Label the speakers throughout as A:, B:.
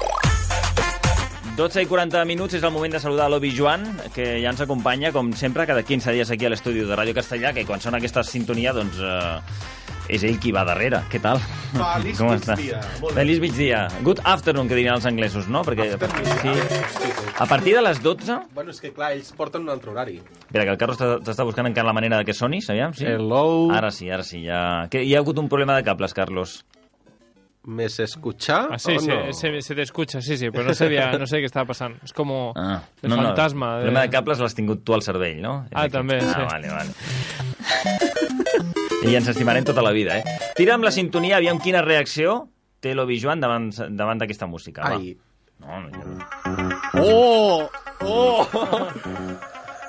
A: Bé. 12 i 40 minuts és el moment de saludar l'Obi Joan, que ja ens acompanya, com sempre, cada 15 dies aquí a l'estudi de Ràdio Castellà, que quan sona aquesta sintonia, doncs... Eh, és ell qui va darrere. Què tal?
B: Feliç
A: Com
B: migdia.
A: estàs?
B: Molt bé.
A: Feliç migdia. Good afternoon, que dirien els anglesos, no? Perquè sí. A partir de les 12...
B: Bueno, és que clar, ells porten un altre horari.
A: Mira, que el Carlos t'està- t'està buscant encara la manera de que sonis, aviam, sí?
B: Hello.
A: Ara sí, ara sí, ja... Que hi ha hagut un problema de cables, Carlos.
B: ¿Me se escucha
C: Ah, sí,
B: o
C: se,
B: no?
C: se- se te escucha, sí, sí, pero no sabía, no sé qué estaba pasando. Es como el fantasma.
A: Ah. El
C: de-
A: problema de cables l'has tingut tu al cervell, no?
C: Ah, també,
A: Ah,
C: sí.
A: vale, vale. I ens estimarem tota la vida, eh? Tira amb la sintonia, aviam quina reacció té l'Obi Joan davant davant d'aquesta música. va.
B: Ai.
A: No, no, no.
B: Oh! Oh!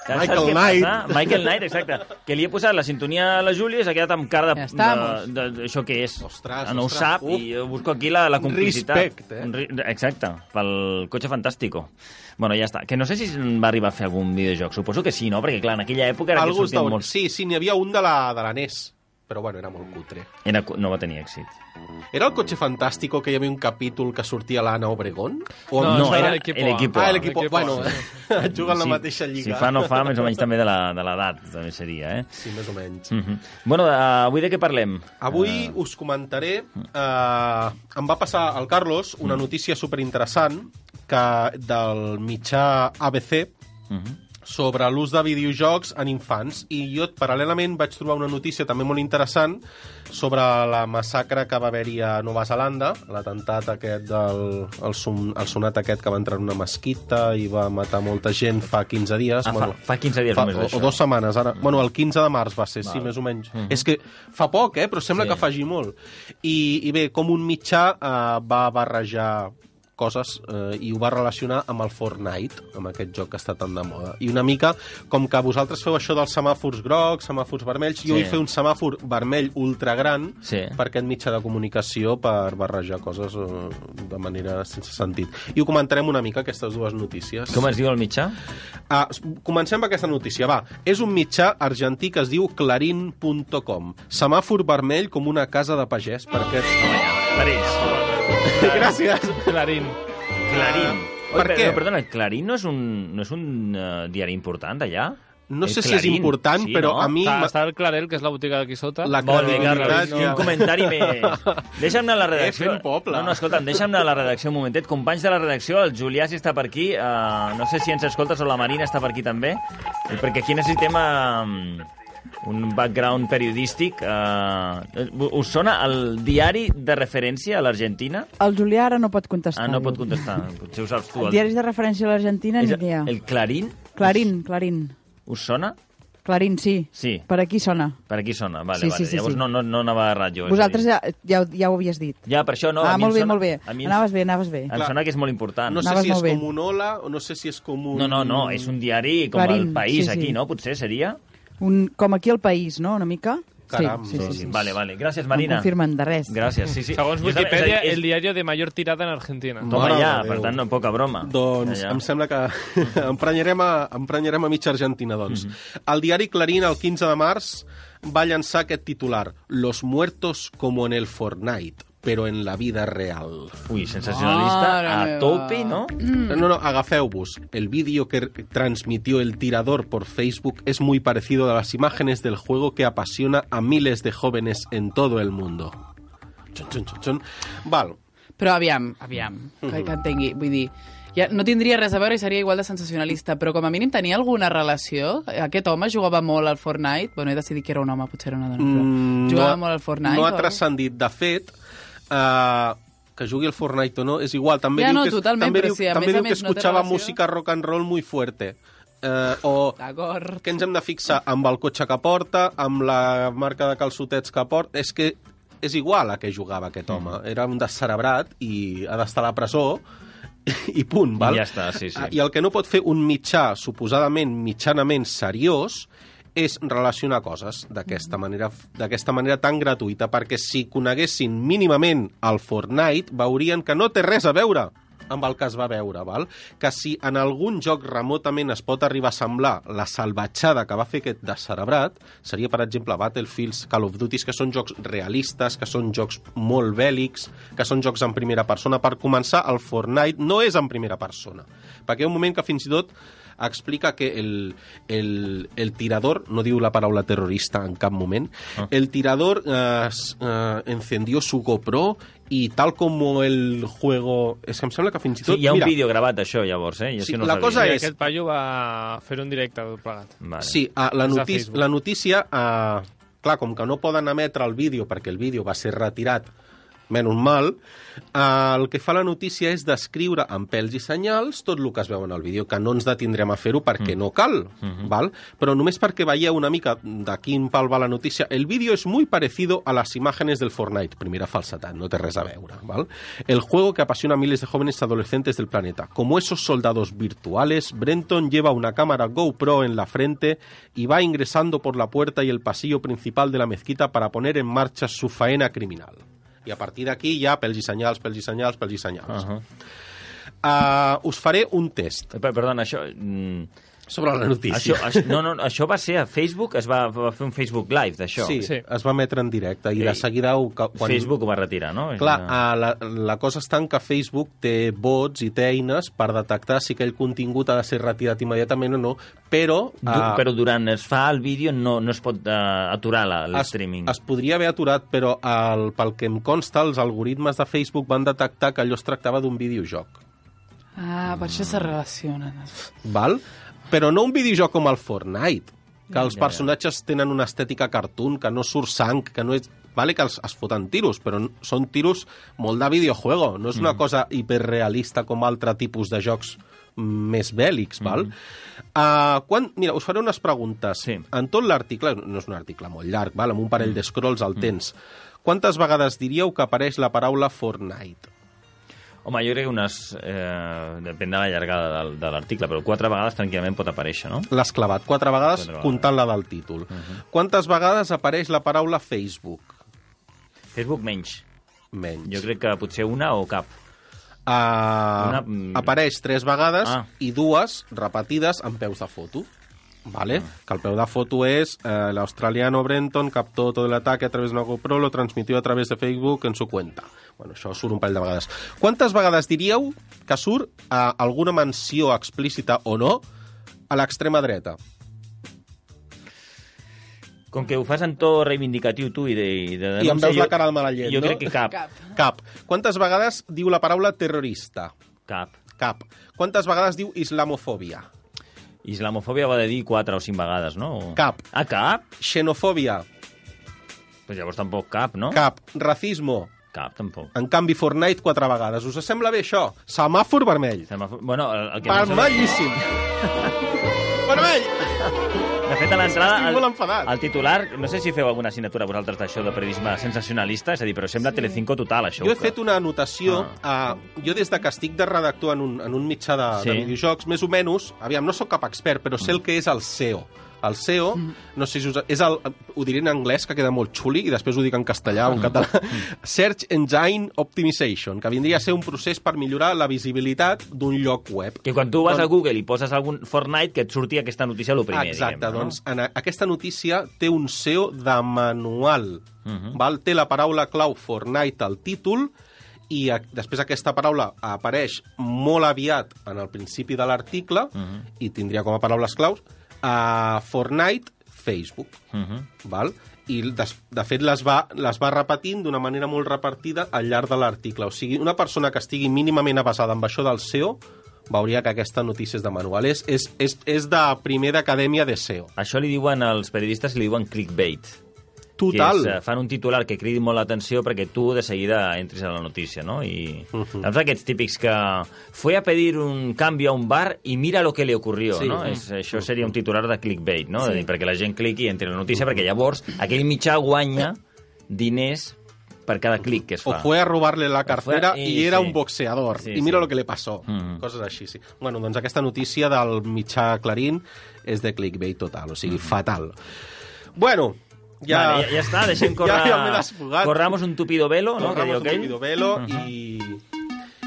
A: Saps
B: Michael
A: què
B: Knight.
A: passa? Michael Knight, exacte. Que li he posat la sintonia a la Júlia i s'ha quedat amb cara de...
D: Ja estamos.
A: de, de, això que és. Ah,
B: Ostres,
A: no ho
B: ostres.
A: sap
B: Uf.
A: i jo busco aquí la, la complicitat.
B: Respect, eh?
A: Un ri- Exacte, pel cotxe fantàstico. Bueno, ja està. Que no sé si va arribar a fer algun videojoc. Suposo que sí, no? Perquè, clar, en aquella època era
B: Algú
A: que sortien
B: estava...
A: molts...
B: Sí, sí, n'hi havia un de la, de la NES. Però bueno, era molt cutre.
A: Era, cu- no va tenir èxit.
B: Era el cotxe fantàstico que hi havia un capítol que sortia l'Anna Obregón? O
C: No,
A: no,
C: era
A: era
C: l'Equipo
A: el
C: A.
A: equipo.
B: Ah,
A: A.
B: l'equip...
C: l'Equipo,
B: Bueno,
C: sí.
B: juga en
A: Si-
B: la mateixa lliga.
A: Si fa, no fa, més o menys també de la- de l'edat, també seria, eh?
B: Sí, més o menys.
A: Mhm. Bueno, eh, avui de què parlem?
B: Avui us comentaré... Eh, em va passar al Carlos
A: Mm.
B: una notícia superinteressant que del mitjà ABC,
A: Mhm.
B: sobre l'ús de videojocs en infants i jo paral·lelament vaig trobar una notícia també molt interessant sobre la massacre que va haver-hi a Nova Zelanda, l'atemptat aquest del el, son, el sonat aquest que va entrar en una mesquita i va matar molta gent fa 15 dies.
A: Ah, fa, fa 15 dies
B: fa,
A: només Mm.
B: o,
A: d'això.
B: o dues setmanes, ara. Bueno, el 15 de març va ser, sí, més o menys. És que fa poc, eh? Però sembla
A: Mm. Sí.
B: que faci molt. I, I bé, com un mitjà eh, va barrejar coses eh, i ho va relacionar amb el Fortnite, amb aquest joc que està tan de moda. I una mica, com que vosaltres feu això dels semàfors grocs, semàfors vermells, jo
A: Sí.
B: vull fer un semàfor vermell ultra gran
A: Sí.
B: per aquest mitjà de comunicació per barrejar coses eh, de manera sense sentit. I ho comentarem una mica, aquestes dues notícies.
A: Com es diu el mitjà?
B: Ah, s- comencem amb aquesta notícia, va. És un mitjà argentí que es diu clarín.com. Semàfor vermell com una casa de pagès, perquè...
A: París.
B: Gràcies!
C: Clarín.
A: Clarín.
B: Ah, per
A: Oi, per-
B: què?
A: no, Perdona, Clarín no és un, no és un eh, diari important d'allà?
B: No
A: És
B: sé si és
A: Clarín,
B: important,
A: sí,
B: però
A: no?
B: a mi...
C: Está,
B: m'ha-
C: está el Clarel, que es la botiga de aquí sota.
B: La
A: Molt bé,
B: credibilitat
A: Carles,
B: ja-
A: quin comentari més. Deixa'm anar a la redacció.
B: Eh, fent poble.
A: No, no, escolta'm, deixa'm anar a la redacció un momentet. Companys de la redacció, el Julià, si està per aquí, eh, no sé si ens escoltes o la Marina està per aquí també, eh, perquè aquí necessitem eh, un background periodístic. Eh, us sona el diari de referència a l'Argentina?
D: El Julià ara no pot
A: Ah,
D: contestar.
A: no pot contestar, potser ho saps tu. El,
D: Diaris de referència a l'Argentina,
A: és
D: ni idea.
A: el, el Clarín?
D: Clarín, Clarín.
A: Us sona?
D: Clarín, sí.
A: Sí. Doncs
D: Per aquí sona.
A: Per aquí sona, vale,
D: Sí, sí,
A: vale.
D: sí,
A: Llavors
D: sí.
A: no, no, no anava a ratllo. és a
D: Vosaltres
A: dir.
D: ja, ja, ho- ja ho havies dit.
A: Ja, per això no. a
D: ah,
A: mi em
D: molt bé,
A: sona-
D: molt bé.
A: A mi em-
D: Anaves bé, anaves bé.
A: Em sona que és molt important.
B: No sé
D: Anaves
B: si és
D: molt bé.
B: com un hola, o no sé si és com un...
A: No, no, no, és un diari com
D: Clarín,
A: el País,
D: sí, sí.
A: aquí, no? Potser seria?
D: Un, com aquí al país, no?, una mica.
B: Caram,
A: doncs
D: sí, sí, sí, sí.
A: Vale, vale. Gràcies,
D: No
A: Marina.
D: confirmen de res.
A: Gràcies, sí, sí.
C: Segons
A: Jo estava-
C: Wikipedia,
A: és a dir, és-
C: el diario de mayor tirada en Argentina.
B: No.
A: Toma
B: Mare
A: ja,
B: de
A: per
B: Déu.
A: tant, no, poca broma.
B: Doncs
A: Ja, ja.
B: em sembla que emprenyarem a, emprenyarem a mitja Argentina, doncs.
A: Mhm.
B: El diari Clarín, el 15 de març, va llançar aquest titular Los muertos como en el Fortnite, pero en la vida real.
A: Ui, sensacionalista
D: Mare
A: a tope, no?
E: Mm.
B: No, no, agafeubus. El vídeo que transmitió el tirador por Facebook es muy parecido a las imágenes del juego que apasiona a miles de jóvenes en todo el mundo. Chon, chon, chon, chon. Val.
F: Però aviam, aviam, que, que entengui. Vull dir,
E: ja no tindria res a veure i seria igual de sensacionalista, però com a mínim tenia alguna relació. Aquest home jugava molt al Fortnite. Bueno, he decidit que era un home, potser era una dona.
B: Mm,
E: Mm, jugava molt al Fortnite.
B: No
E: o
B: ha
E: algo?
B: transcendit. De fet, eh, que jugui al Fortnite o no, és igual. També
E: Ja,
B: diu
E: no,
B: que,
E: totalment,
B: també
E: però
B: diu,
E: si a
B: també
E: més a
B: diu que
E: més no té
B: escutxava
E: relació. Ah.
B: música rock and roll muy fuerte. Eh, o
E: D'acord.
B: què ens hem de fixar? Amb el cotxe que porta, amb la marca de calçotets que porta... És que és igual a què jugava aquest home. Era un descerebrat i ha d'estar a la presó i punt, val?
A: ja està, sí, sí.
B: Ah, I el que no pot fer un mitjà, suposadament mitjanament seriós, és relacionar coses d'aquesta manera, d'aquesta manera tan gratuïta, perquè si coneguessin mínimament el Fortnite, veurien que no té res a veure amb el que es va veure, val? que si en algun joc remotament es pot arribar a semblar la salvatjada que va fer aquest descerebrat, seria, per exemple, Battlefields, Call of Duty, que són jocs realistes, que són jocs molt bèl·lics, que són jocs en primera persona. Per començar, el Fortnite no és en primera persona, perquè hi ha un moment que fins i tot explica que el, el, el tirador, no diu la paraula terrorista en cap moment,
A: Ah.
B: el tirador eh, s- eh, encendió su GoPro y tal como el juego... És que em sembla que fins i
A: Sí,
B: tot...
A: hi ha un
B: mira,
A: vídeo gravat, això, llavors, eh? Jo és
B: Sí,
A: que no ho
B: la
A: sabia.
B: cosa
C: I
B: és-
C: aquest paio va fer un directe tot plegat.
A: Vale.
B: Sí, ah, la,
C: És a
B: notícia,
C: Facebook.
B: la notícia ah, clar, com que no poden emetre el vídeo perquè el vídeo va ser retirat, menys mal, ah, el que fa la notícia és descriure amb pèls i senyals tot el que es veu en el vídeo, que no ens detindrem a fer-ho perquè no cal, val? però només perquè veieu una mica de quin pal va la notícia, el vídeo és muy parecido a las imágenes del Fortnite, primera falsedad, no té res a veure, ¿vale? El juego que apasiona a miles de jóvenes adolescentes del planeta. Como esos soldados virtuales, Brenton lleva una cámara GoPro en la frente y va ingresando por la puerta y el pasillo principal de la mezquita para poner en marcha su faena criminal. I a partir d'aquí ja pèls i senyals, pèls i senyals, pèls i senyals. Uh
A: Ahà.
B: us faré un test
A: Per- Perdona, això... mm,
B: sobre la notícia.
A: Això, això, no, no, això va ser a Facebook, es va, va fer un Facebook Live d'això.
B: sí,
C: Sí.
B: es va emetre en directe i de
A: Sí.
B: seguida... ho ca- Quan...
A: Facebook Ah. ho va retirar, no?
B: Clar,
A: Ja.
B: a la, la cosa està en que Facebook té bots i té eines per detectar si aquell contingut ha de ser retirat immediatament o no, però...
A: Du,
B: eh,
A: però durant es fa el vídeo no, no es pot eh, aturar la- l'streaming.
B: Es, es podria haver aturat, però el, pel que em consta, els algoritmes de Facebook van detectar que allò es tractava d'un videojoc.
E: Ah, per això se relacionen.
B: Val? Però no un videojoc com el Fortnite, que els personatges tenen una estètica cartoon, que no surt sang, que no és... Vale que els, es foten tiros, però n- són tiros molt de videojuego, no és una cosa hiperrealista com altre tipus de jocs més bèl·lics, val? Uh, quan, mira, us faré unes preguntes.
A: Sí.
B: En tot l'article, no és un article molt llarg, val? amb un parell de scrolls al tens, quantes vegades diríeu que apareix la paraula Fortnite?
A: Home, jo crec que unes... Eh, depèn de la llargada del- de l'article, però quatre vegades tranquil·lament pot aparèixer, no?
B: L'has clavat quatre vegades,
A: Quatre vegades. Mhm.
B: comptant la del títol. Quantes vegades apareix la paraula Facebook?
A: Facebook menys.
B: Menys.
A: Jo crec que potser una o cap.
B: Ah,
A: Una- mm.
B: Apareix tres vegades
A: Ah.
B: i dues repetides amb peus de foto. Vale?
A: Ah.
B: Que el peu de foto és eh, el australiano Brenton captó todo el ataque a través de una GoPro, lo transmitió a través de Facebook en su cuenta. Bueno, això surt un parell de vegades. Quantes vegades diríeu que surt eh, alguna menció explícita o no a l'extrema dreta?
A: Com que ho fas en to reivindicatiu tu i de, i de
B: I em
A: denúncia,
B: veus la
A: Eh, jo-
B: cara de mala llet,
A: jo
B: no?
A: crec que cap.
E: Cap.
B: Cap. Quantes vegades diu la paraula terrorista?
A: Cap.
B: Cap. Quantes vegades diu islamofòbia?
A: Islamofòbia va de dir quatre o cinc vegades, no? O-
B: Cap.
A: Ah, cap?
B: Xenofòbia?
A: Pues llavors tampoc cap, no?
B: Cap. Racismo?
A: Cap, tampoc.
B: En canvi, Fortnite quatre vegades. Us sembla bé això? Semàfor vermell.
A: Semàfor... Bueno, el, el que no sé-
B: Vermellíssim. vermell!
A: De fet, a l'entrada...
B: Estic molt enfadat.
A: El titular, no sé si feu alguna assignatura vosaltres d'això de periodisme sensacionalista, és a dir, però sembla Telecinco total, això.
B: Jo he fet una anotació. Ah. Uh, jo des de que estic de redactor en un, en un mitjà de, sí. Mm. de
A: Sí.
B: videojocs, més o menys, aviam, no sóc cap expert, però sé el que és el SEO. El SEO, no sé si us... És el, ho diré en anglès, que queda molt xuli, i després ho dic en castellà o en català. Search Engine Optimization, que vindria a ser un procés per millorar la visibilitat d'un lloc web.
A: Que quan tu vas
B: Doncs-
A: a Google i poses algun Fortnite, que et surti aquesta notícia el primer,
B: Exacte,
A: diguem, no?
B: doncs en a- aquesta notícia té un SEO de manual.
A: Mhm.
B: val? Té la paraula clau Fortnite al títol i a, després aquesta paraula apareix molt aviat en el principi de l'article
A: Mhm.
B: i tindria com a paraules claus a Fortnite Facebook.
A: Mhm.
B: val? i des, de fet les va, les va repetint d'una manera molt repartida al llarg de l'article. O sigui, una persona que estigui mínimament avasada amb això del SEO veuria que aquesta notícia és de manual. És, és, és, és de primer d'acadèmia de E SEO.
A: Això li diuen, els periodistes li diuen clickbait.
B: Total.
A: Que és, eh, fan un titular que cridi molt l'atenció perquè tu de seguida entris a la notícia, no? I uh
B: Mhm.
A: -huh. saps aquests típics que fue a pedir un canvi a un bar i mira lo que le ocurrió,
B: Sí.
A: sí.
B: Mhm.
A: no? És, això seria un titular de clickbait, no? Sí. Perquè la gent cliqui i entri a la notícia,
B: Mhm.
A: perquè llavors aquell mitjà guanya diners per cada clic que es
B: O
A: fa.
B: fue a robarle la cartera
A: fue-
B: i
A: i
B: era
A: sí.
B: un boxeador.
A: Sí,
B: I mira
A: sí.
B: lo que le pasó.
A: Mhm.
B: Coses així, sí. Bueno, doncs aquesta notícia del mitjà Clarín és de clickbait total, o sigui, fatal. Bueno,
A: Ja,
B: ja...
A: Mm. vale, ja, ja està, deixem córrer...
B: Ja, ja m'he desfogat.
A: corramos un tupido velo, no? Que diu
B: Corramos un
A: aquell.
B: tupido velo i...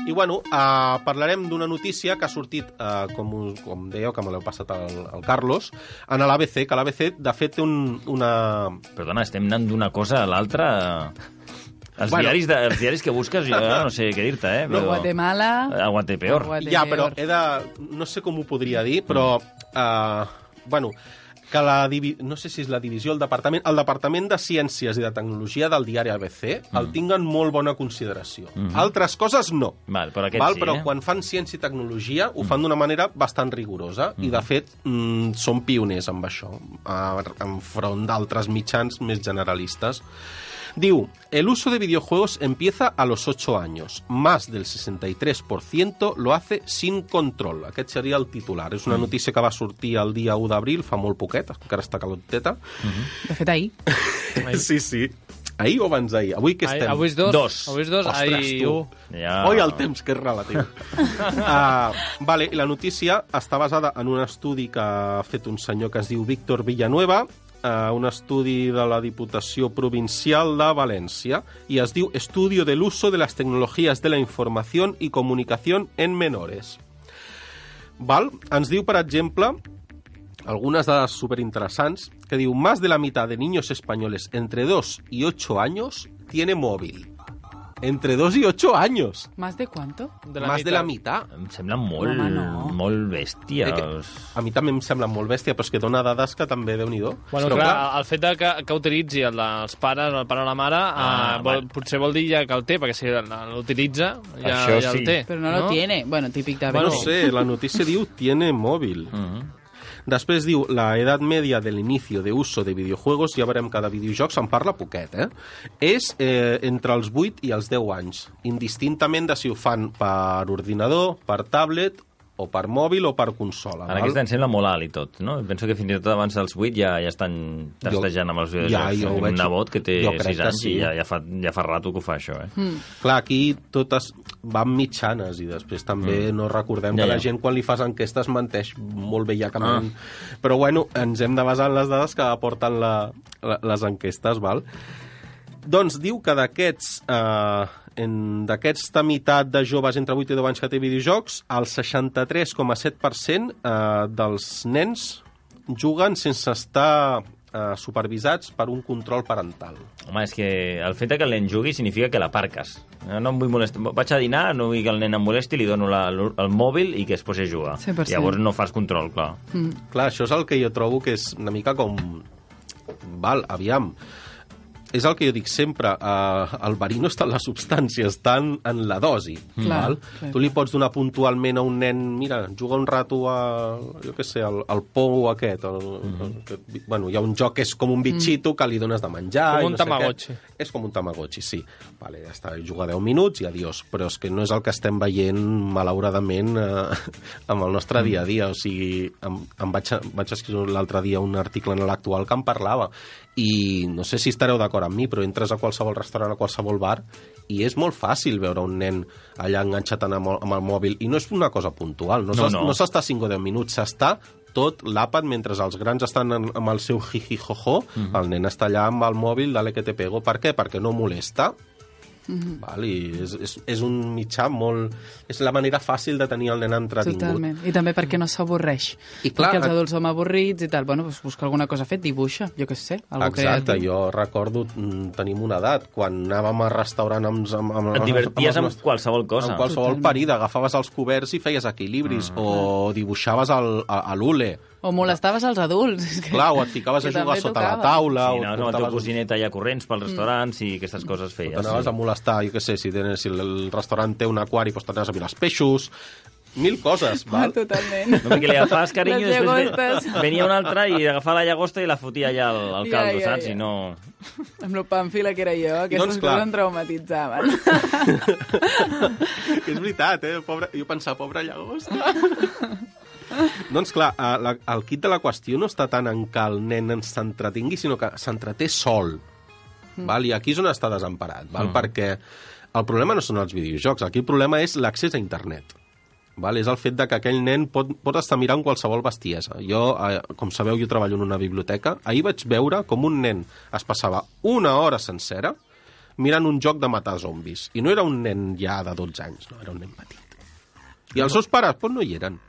B: I, bueno, uh, parlarem d'una notícia que ha sortit, uh, com, us- com dèieu, que me l'heu passat al, al Carlos, en l'ABC, que l'ABC, de fet, té un, una...
A: Perdona, estem anant d'una cosa a l'altra... Els,
B: Bueno.
A: bueno. diaris de, els diaris que busques, jo ara no sé què dir-te, eh?
E: No, Guatemala...
A: Aguante peor.
E: Guate-
B: Ja, però he de... No sé com ho podria dir, però... Uh, bueno, que la divi... no sé si és la divisió, el departament, el departament de Ciències i de Tecnologia del diari ABC el tinguen molt bona consideració. Altres coses no.
A: Val, però aquest
B: Val,
A: sí,
B: però
A: eh?
B: quan fan ciència i tecnologia ho fan d'una manera bastant rigorosa i, de fet, mm, són pioners amb això, a- enfront d'altres mitjans més generalistes. Diu, el uso de videojuegos empieza a los 8 años. Más del 63% lo hace sin control. Aquest seria el titular. És
C: Mm.
B: una notícia que va sortir el dia 1 d'abril, fa molt poquet, encara està calenteta.
E: De fet, ahir.
B: Sí, sí. Ahir o abans d'ahir? Avui que
C: Ai,
B: estem?
C: avui és dos.
A: Dos.
C: Avui és dos.
B: Ostres,
C: Ai,
B: tu.
C: u.
A: Ja...
B: Oi, el temps, que és relatiu. uh, vale, i la notícia està basada en un estudi que ha fet un senyor que es diu Víctor Villanueva, uh, un estudi de la Diputació Provincial de València, i es diu Estudio del uso de las tecnologías de la información y comunicación en menores. Val? Ens diu, per exemple, algunas dadas súper interesantes, que digo, más de la mitad de niños españoles entre 2 y 8 años tiene móvil. Entre 2 y 8 años.
E: Más de cuánto?
C: De la
B: más
C: mitad.
B: de la mitad.
A: Em sembla molt,
E: Home, no.
A: molt
B: Eh,
A: bèstia.
B: que- a mi també em sembla molt bèstia, però és que dona dades que també, déu nhi
C: Bueno, clar, el fet de que, que utilitzi el dels pares, el pare o la mare,
A: Ah,
C: ah, eh, vol,
A: vale.
C: potser vol dir ja que el té, perquè si l'utilitza ja,
A: Això
C: ja
A: sí.
C: el té.
E: Però no, lo tiene. Bueno, típic de
B: Bueno, no
E: Belén.
B: sé, la notícia diu tiene móvil. Després diu la edat media de l'inici de uso de videojuegos, ja veurem que de videojocs en parla poquet, eh? És eh, entre els 8 i els 10 anys, indistintament de si ho fan per ordinador, per tablet o per mòbil o per consola.
A: Ara
B: val?
A: aquesta em sembla molt alt i tot, no? Penso que fins i tot abans dels 8 ja, ja estan tastejant amb els
B: Jo-
A: videojocs.
B: ja, jo ho
A: Tinc
B: veig.
A: Un nebot que té
B: Jo
A: 6
B: crec que
A: anys
B: sí.
A: i ja, ja, fa, ja fa rato que ho fa, això, eh?
E: Hmm.
A: Mm.
B: Clar, aquí totes van mitjanes i després també mm. no recordem
A: Ja,
B: ja, que
A: ja.
B: la gent quan li fas enquestes menteix molt bellacament. Ah. Però bueno, ens hem de basar en les dades que aporten la, la, les enquestes, val? Doncs diu que d'aquests... Eh, en- d'aquesta meitat de joves entre 8 i 10 anys que té videojocs, el 63,7% eh, dels nens juguen sense estar eh, supervisats per un control parental.
A: Home, és que el fet de que el nen jugui significa que l'aparques. No, no em vull molestar. Vaig a dinar, no vull que el nen em molesti, li dono la, el mòbil i que es posi a jugar.
E: 100%.
A: Llavors no fas control, clar.
E: Hmm.
A: Mm.
B: Clar, això és el que jo trobo que és una mica com... Val, aviam. És el que jo dic sempre, eh, el verí no està en la substància, està en, en la dosi.
E: Clar,
B: val?
E: Mm. clar,
B: tu li pots donar puntualment a un nen, mira, juga un rato a, jo què sé, al, al pou aquest. El,
C: Mm.
B: el, que, bueno, hi ha un joc que és
E: Mm.
B: com un bitxito que li dones de menjar.
C: Com
B: i
C: un
B: no sé què.
C: Tamagotchi.
B: És com un Tamagotchi, sí. Vale, ja està, juga 10 minuts i adiós. Però és que no és el que estem veient, malauradament, eh, amb el nostre dia a dia. O sigui, em, em vaig, a- vaig escriure l'altre dia un article en l'actual que en parlava i no sé si estareu d'acord amb mi, però entres a qualsevol restaurant, a qualsevol bar, i és molt fàcil veure un nen allà enganxat amb el, amb el mòbil. I no és una cosa puntual, no,
A: No,
B: s'es-
A: no.
B: no s'està 5 o 10 minuts, s'està tot l'àpat mentre els grans estan en, amb el seu jiji jojo,
A: Mhm.
B: el nen està allà amb el mòbil, dale que te pego. Per què? Perquè no molesta.
E: Mhm.
B: Val, i és, és, és un mitjà molt... És la manera fàcil de tenir el nen entretingut.
E: Totalment. I també perquè no s'avorreix.
B: I clar,
E: perquè els
B: a-
E: adults som avorrits i tal. Bueno, doncs busca alguna cosa fet, dibuixa, jo què sé. Algo
B: Exacte,
E: creatiu.
B: jo recordo, mm, tenim una edat, quan anàvem al restaurant amb... amb, amb
A: Et diverties
B: els
A: amb
B: nostres-
A: qualsevol cosa.
B: Amb qualsevol parida, agafaves els coberts i feies equilibris,
A: Mm.
B: o dibuixaves el- a a l'ule.
E: O molestaves els adults. És que-
B: Clar, o et ficaves a
E: que
B: jugar
E: també
B: sota
E: tocava.
B: la taula,
A: Sí,
B: o et
A: anaves amb la teva
B: portaves un
A: cosineta allà corrents
E: Mm.
A: pels restaurants i aquestes coses feies.
B: T'anaves a molestar, jo què sé, si, tenen, si el- el restaurant té un aquari, doncs t'anaves a mirar els peixos, mil coses, val?
E: Totalment.
A: No, perquè li agafaves carinyo i
E: Les
A: després
E: llagostes.
A: ve- venia una altra i agafava la llagosta i la fotia allà al, al
E: Ja,
A: caldo,
E: ja,
A: saps?
E: ja.
A: I no...
E: Amb lo pàmfila que era jo, aquestes
B: Doncs
E: doncs,
B: clar.
E: coses em traumatitzaven.
B: és veritat, eh? Pobre... Jo pensava, pobra llagosta. doncs clar, eh, la, el kit de la qüestió no està tant en que el nen ens s'entretingui, sinó que s'entreté sol. Val? I aquí és on està desemparat, val? perquè el problema no són els videojocs, aquí el problema és l'accés a internet. Val? És el fet de que aquell nen pot, pot estar mirant qualsevol bestiesa. Jo, eh, com sabeu, jo treballo en una biblioteca. Ahir vaig veure com un nen es passava una hora sencera mirant un joc de matar zombis. I no era un nen ja de 12 anys, no, era un nen petit. I els seus pares, doncs, no hi eren.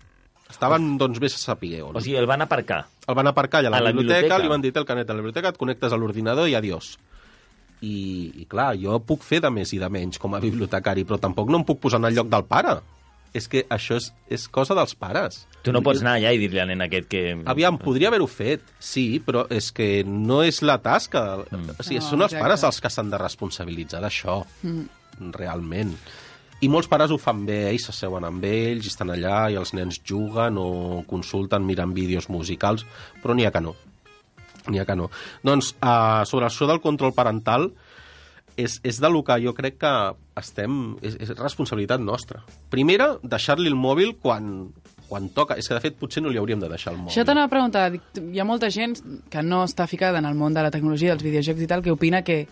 B: Estaven, doncs, bé se sapigué on.
A: O sigui, el van aparcar.
B: El van aparcar allà a la,
A: A la
B: biblioteca,
A: biblioteca.
B: li van dir "Té el canet a la biblioteca, et connectes a l'ordinador i adiós. I, I clar, jo puc fer de més i de menys com a bibliotecari, però tampoc no em puc posar en el lloc del pare. És que això és, és cosa dels pares.
A: Tu no pots anar allà i dir-li al nen aquest que...
B: Aviam, podria haver-ho fet, sí, però és que no és la tasca. Mm. O sigui, no,
E: No,
B: són els
E: exacte.
B: pares els que s'han de responsabilitzar d'això, mm. realment. I molts pares ho fan bé, ells s'asseuen amb ells, i estan allà, i els nens juguen o consulten, miren vídeos musicals, però n'hi ha que no. N'hi ha que no. Doncs, uh, sobre això del control parental, és, és de lo que jo crec que estem... És, és responsabilitat nostra. Primera, deixar-li el mòbil quan, quan toca. És que, de fet, potser no li hauríem de deixar el mòbil.
E: Això t'anava a preguntar, dic, hi ha molta gent que no està ficada en el món de la tecnologia, dels videojocs i tal, que opina que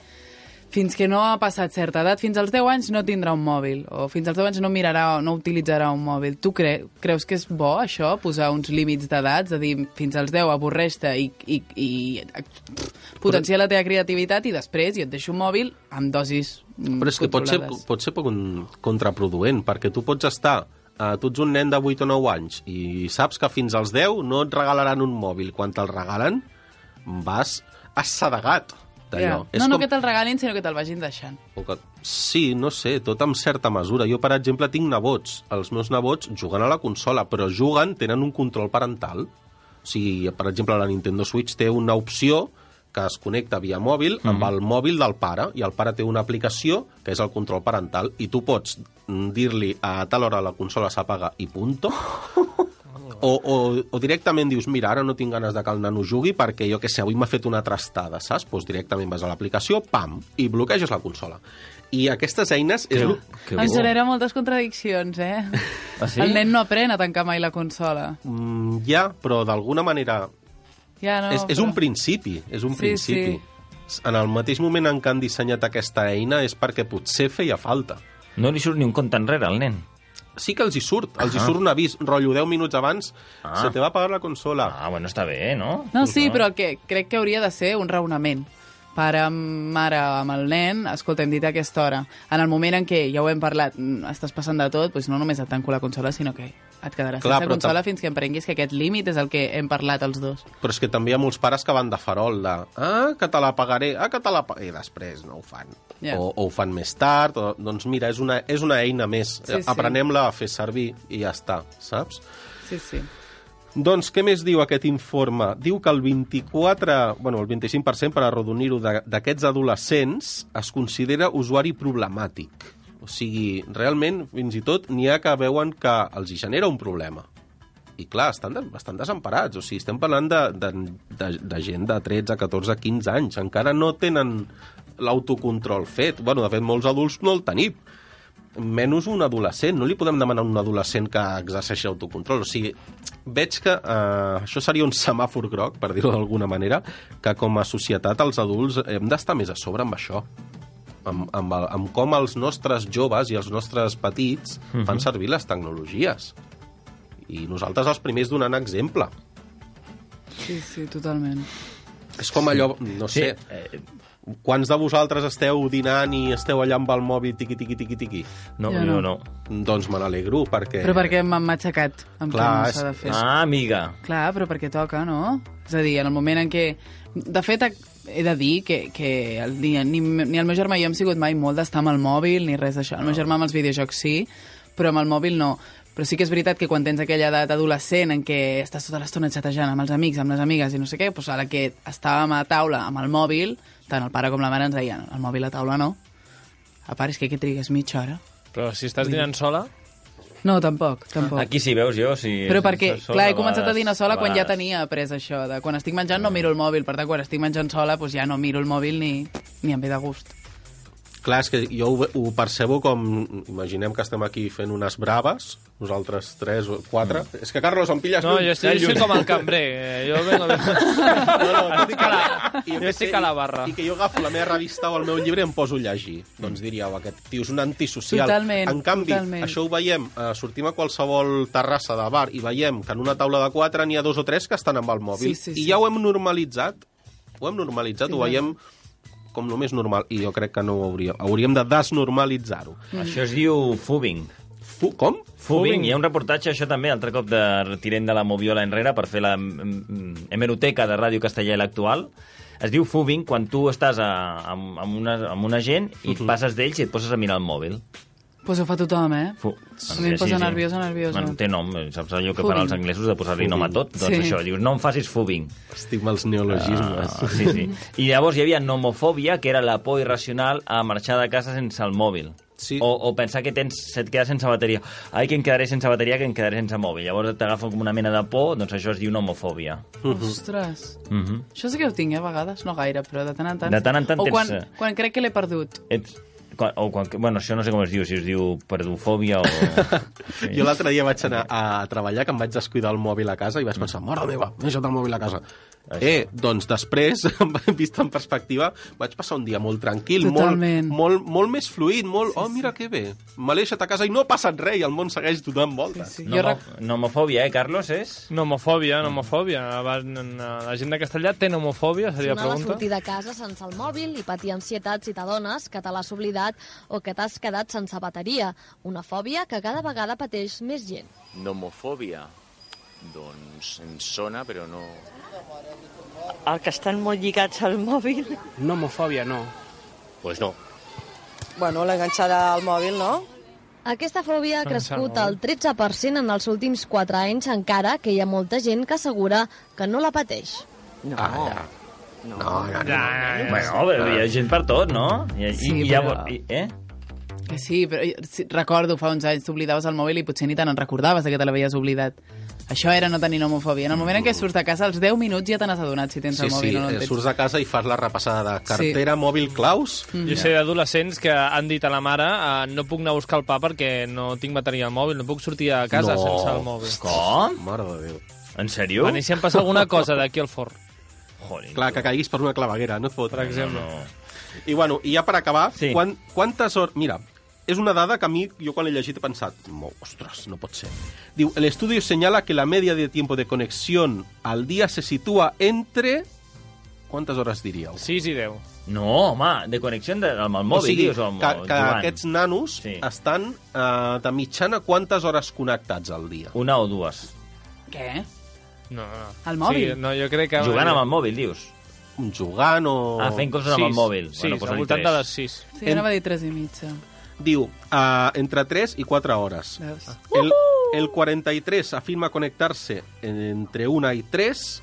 E: fins que no ha passat certa edat, fins als 10 anys no tindrà un mòbil, o fins als 10 anys no mirarà o no utilitzarà un mòbil. Tu cre creus que és bo, això, posar uns límits d'edats, de dir, fins als 10 avorreix-te i, i, i pff, potenciar la teva creativitat i després jo et deixo un mòbil amb dosis mm,
B: Però és que pot ser,
E: controlades.
B: pot ser poc un- contraproduent, perquè tu pots estar... Uh, tu ets un nen de 8 o 9 anys i saps que fins als 10 no et regalaran un mòbil. Quan te'l regalen, vas assedegat d'allò.
E: Ja. No, no que te'l regalin, sinó que te'l vagin deixant.
B: O que... Sí, no sé, tot amb certa mesura. Jo, per exemple, tinc nebots. Els meus nebots juguen a la consola, però juguen, tenen un control parental. O sigui, per exemple, la Nintendo Switch té una opció que es connecta via mòbil amb el mòbil del pare, i el pare té una aplicació que és el control parental, i tu pots mm, dir-li a tal hora la consola s'apaga i punto, o, o, o directament dius, mira, ara no tinc ganes de que el nano jugui perquè jo que sé, avui m'ha fet una trastada, saps? Doncs directament vas a l'aplicació, pam, i bloqueges la consola. I aquestes eines... És... lo-
A: Que
E: Em
A: bo.
E: genera moltes contradiccions, eh?
A: Ah, sí?
E: El nen no apren a tancar mai la consola.
B: Mm, ja, però d'alguna manera...
E: Ja no,
B: No, és, és
E: però-
B: un principi, és un
E: Sí,
B: principi. En el mateix moment en què han dissenyat aquesta eina és perquè potser feia falta.
A: No li surt ni un compte enrere, al nen.
B: Sí que els hi surt, els hi surt un avís, rotllo 10 minuts abans,
A: Ah.
B: se te va apagar la consola.
A: Ah, bueno, està bé, no?
E: No, sí, però el que crec que hauria de ser un raonament. Pare, mare, amb el nen, escolta, hem dit a aquesta hora. En el moment en què, ja ho hem parlat, mm, estàs passant de tot, doncs no només et tanco la consola, sinó que et quedaràs
B: Clar,
E: sense
B: però
E: consola
B: tam-
E: fins que emprenguis que aquest límit és el que hem parlat els dos.
B: Però és que també hi ha molts pares que van de farol, de ah, que te la pagaré, ah, que te la pagaré, i després no ho fan.
E: Ja.
B: Yeah. O, o ho fan més tard, o, doncs mira, és una, és una eina més,
E: Sí, sí.
B: aprenem-la a fer servir i ja està, saps?
E: Sí, sí.
B: Doncs què més diu aquest informe? Diu que el 24, bueno, el 25% per arrodonir-ho de- d'aquests adolescents es considera usuari problemàtic. O sigui, realment, fins i tot, n'hi ha que veuen que els hi genera un problema. I clar, estan, de, estan desemparats. O sigui, estem parlant de, de, de, de gent de 13, 14, 15 anys. Encara no tenen l'autocontrol fet. Bueno, de fet, molts adults no el tenim menys un adolescent. No li podem demanar a un adolescent que exerceixi autocontrol. O sigui, veig que eh, això seria un semàfor groc, per dir-ho d'alguna manera, que com a societat els adults hem d'estar més a sobre amb això. Amb, amb, el, amb com els nostres joves i els nostres petits fan servir les tecnologies. I nosaltres els primers donant exemple.
E: Sí, sí, totalment.
B: És com allò, no
A: Sí,
B: sé,
A: eh,
B: quants de vosaltres esteu dinant i esteu allà amb el mòbil tiqui, tiqui, tiqui, tiqui?
A: no,
E: Ja
A: ja no.
E: no.
A: no.
B: Doncs me n'alegro, perquè...
E: Però perquè m'han matxacat amb
B: Clar,
E: Clar, que no
B: és-
E: s'ha de fer.
A: Ah, amiga.
E: Clar, però perquè toca, no? És a dir, en el moment en què... De fet, he de dir que, que el, ni, ni, ni el meu germà i jo hem sigut mai molt d'estar amb el mòbil ni res d'això. El meu germà amb els videojocs sí, però amb el mòbil no. Però sí que és veritat que quan tens aquella edat adolescent en què estàs tota l'estona xatejant amb els amics, amb les amigues i no sé què, doncs a la que estàvem a taula amb el mòbil, tant el pare com la mare ens deien el mòbil a taula no. A part, és que aquí trigues mitja hora.
C: Però si estàs dinant sola,
E: No, tampoc, tampoc.
F: Aquí sí, veus jo? Sí,
E: Però perquè,
F: Són
E: clar, he
F: debades,
E: començat a dinar sola quan ja
F: debades.
E: tenia après això, de quan estic menjant no miro el mòbil, per tant, quan estic menjant sola doncs ja no miro el mòbil ni, ni em ve de gust.
B: Clar, és que jo ho, ho percebo com... Imaginem que estem aquí fent unes braves, nosaltres tres o quatre. Mm. És que, Carlos, em pilles
C: No,
B: lluny.
C: jo estic, jo soy com el cambrer. eh, Jo vengo de...
B: No, no,
C: estic a la, jo estic a la barra.
B: I, I que jo agafo la meva revista o el meu llibre i em poso a llegir. Doncs diríeu, aquest tio és un antisocial.
E: Totalment,
B: en canvi,
E: totalment.
B: això ho veiem, eh, sortim a qualsevol terrassa de bar i veiem que en una taula de quatre n'hi ha dos o tres que estan amb el mòbil.
E: Sí, sí,
B: I
E: sí.
B: ja ho hem normalitzat. Ho hem normalitzat, ho veiem com el més normal. I jo crec que no ho hauríem. Hauríem de desnormalitzar-ho.
A: Això es diu fubing.
B: Fu- Com?
A: Fubing. Hi ha un reportatge, això també, altre cop de tirem de la moviola enrere per fer la mm, mm, hemeroteca de Ràdio Castellà i l'actual. Es diu fubing quan tu estàs a, amb, amb, una, amb una gent i
E: Mhm.
A: passes d'ells i et poses a mirar el mòbil.
E: Doncs pues ho fa tothom, eh?
A: Fu...
E: A mi em posa nerviosa, nerviosa.
A: Bueno, té nom, eh, saps allò que
E: Fubing.
A: fan els anglesos de posar-li nom a tot? Doncs
E: Sí.
A: això, dius, no em facis fubing.
B: Estic amb els neologismes.
A: Ah, sí, sí. I llavors hi havia nomofòbia, que era la por irracional a marxar de casa sense el mòbil.
B: Sí.
A: O, o pensar que tens, et quedes sense bateria. Ai, que em quedaré sense bateria, que em quedaré sense mòbil. Llavors t'agafa com una mena de por, doncs això es diu nomofòbia.
E: Ostres.
A: Mm -hmm.
E: Això sí que ho tinc, eh, a vegades, no gaire, però de tant en tant.
A: De tant en tant
E: O
A: tens,
E: quan,
A: eh,
E: quan crec que l'he perdut.
A: Ets, quan, o quan, bueno, això no sé com es diu, si es diu perdufòbia o... Sí.
B: Jo l'altre dia vaig anar a treballar, que em vaig descuidar el mòbil a casa i vaig pensar, mare meva, m'he deixat el mòbil a casa.
A: Això.
B: Eh, doncs després, vist en perspectiva, vaig passar un dia molt tranquil, molt,
E: Totalment.
B: molt, molt més fluid, molt, oh, mira que bé, me l'he deixat a casa i no ha passat res i el món segueix donant voltes.
E: Sí.
A: Nomo,
E: Jo rec...
A: Nomofòbia, eh, Carlos, és?
C: Nomofòbia, nomofòbia. Abans, eh, La gent de castellà té nomofòbia, seria la
G: Sonava
C: pregunta.
G: sortir de casa sense el mòbil i patir ansietat si t'adones que te l'has oblidat o que t'has quedat sense bateria. Una fòbia que cada vegada pateix més gent.
H: Nomofòbia, doncs em sona, però no...
I: El que estan molt lligats al mòbil.
H: Nomofòbia, no. Pues no.
I: Bueno, l'enganxada al mòbil, no?
G: Aquesta fòbia ha crescut
C: Pensava.
G: al 13% en els últims 4 anys, encara que hi ha molta gent que assegura que no la pateix.
H: No.
B: Ah,
H: no.
B: no, no.
A: Ah, bueno, però hi ha gent per tot, no? I, i,
E: Sí,
A: i, llavors,
E: però-
A: i, eh?
E: Que sí, però jo- sí, recordo fa uns anys t'oblidaves el mòbil i potser ni tant en recordaves de que te l'havies oblidat. Això era no tenir nomofòbia. En el moment en què surts de casa, als 10 minuts ja te n'has adonat si tens
B: Sí,
E: el mòbil
B: sí,
E: o no
B: eh,
E: el tens.
B: surts de casa i fas la repassada de cartera, mòbil, claus...
C: Jo sé d'adolescents que han dit a la mare eh, no puc anar a buscar el pa perquè no tinc bateria al mòbil, no puc sortir a casa
B: No.
C: sense el mòbil.
A: Com?
B: Mare de Déu.
A: En sèrio?
C: Bueno, i si em passa alguna cosa d'aquí al forn,
A: Joder.
B: Clar, que caiguis per una claveguera, no et fot.
C: per exemple. No,
B: I, bueno, i ja per acabar,
A: Sí.
B: sí. quan, quantes hores... Mira, és una dada que a mi, jo quan l'he llegit he pensat, "Mo- ostres, no pot ser. Diu, el estudio señala que la media de tiempo de conexión al día se sitúa entre... Quantes hores diríeu?
C: no. 6 i 10.
A: No, home, de connexió de, amb el mòbil,
B: o sigui,
A: dius, o amb,
B: que,
A: o
B: que
A: jugant.
B: aquests nanos
A: Sí.
B: sí. estan eh, de mitjana quantes hores connectats al dia?
A: Una o dues.
E: Què?
C: No, no.
E: Al mòbil?
C: Sí, no, jo crec que... eh,
A: Jugant amb el mòbil, dius.
B: Jugant o...
A: Ah, fent coses amb el mòbil.
C: Sí,
A: doncs
C: al
A: són
C: voltant
A: tres.
C: de les 6.
E: Sí, ara va dir 3 i mitja.
B: Diu, eh, entre 3 i 4 hores.
E: Veus?
A: Ah,
B: El, el 43 afirma conectarse entre 1 y 3,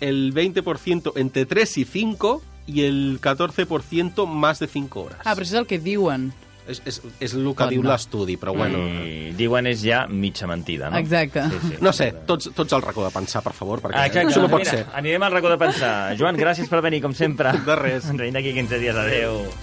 B: el 20% entre 3 y 5 y el 14% más de 5 horas.
E: Ah, però això és el que diuen.
B: És, és, és el que
E: Bon,
B: diu
E: no.
B: l'estudi, però bueno...
A: I diuen és ja mitja mentida, no?
E: Exacte.
A: Sí, sí.
B: No sé, tots, tots al racó de pensar, per favor, perquè
A: Ah, Exacte.
B: això no pot
A: Mira,
B: ser.
A: Anirem al racó de pensar. Joan, gràcies per venir, com sempre.
B: De res.
A: Ens veiem d'aquí 15 dies. Adéu.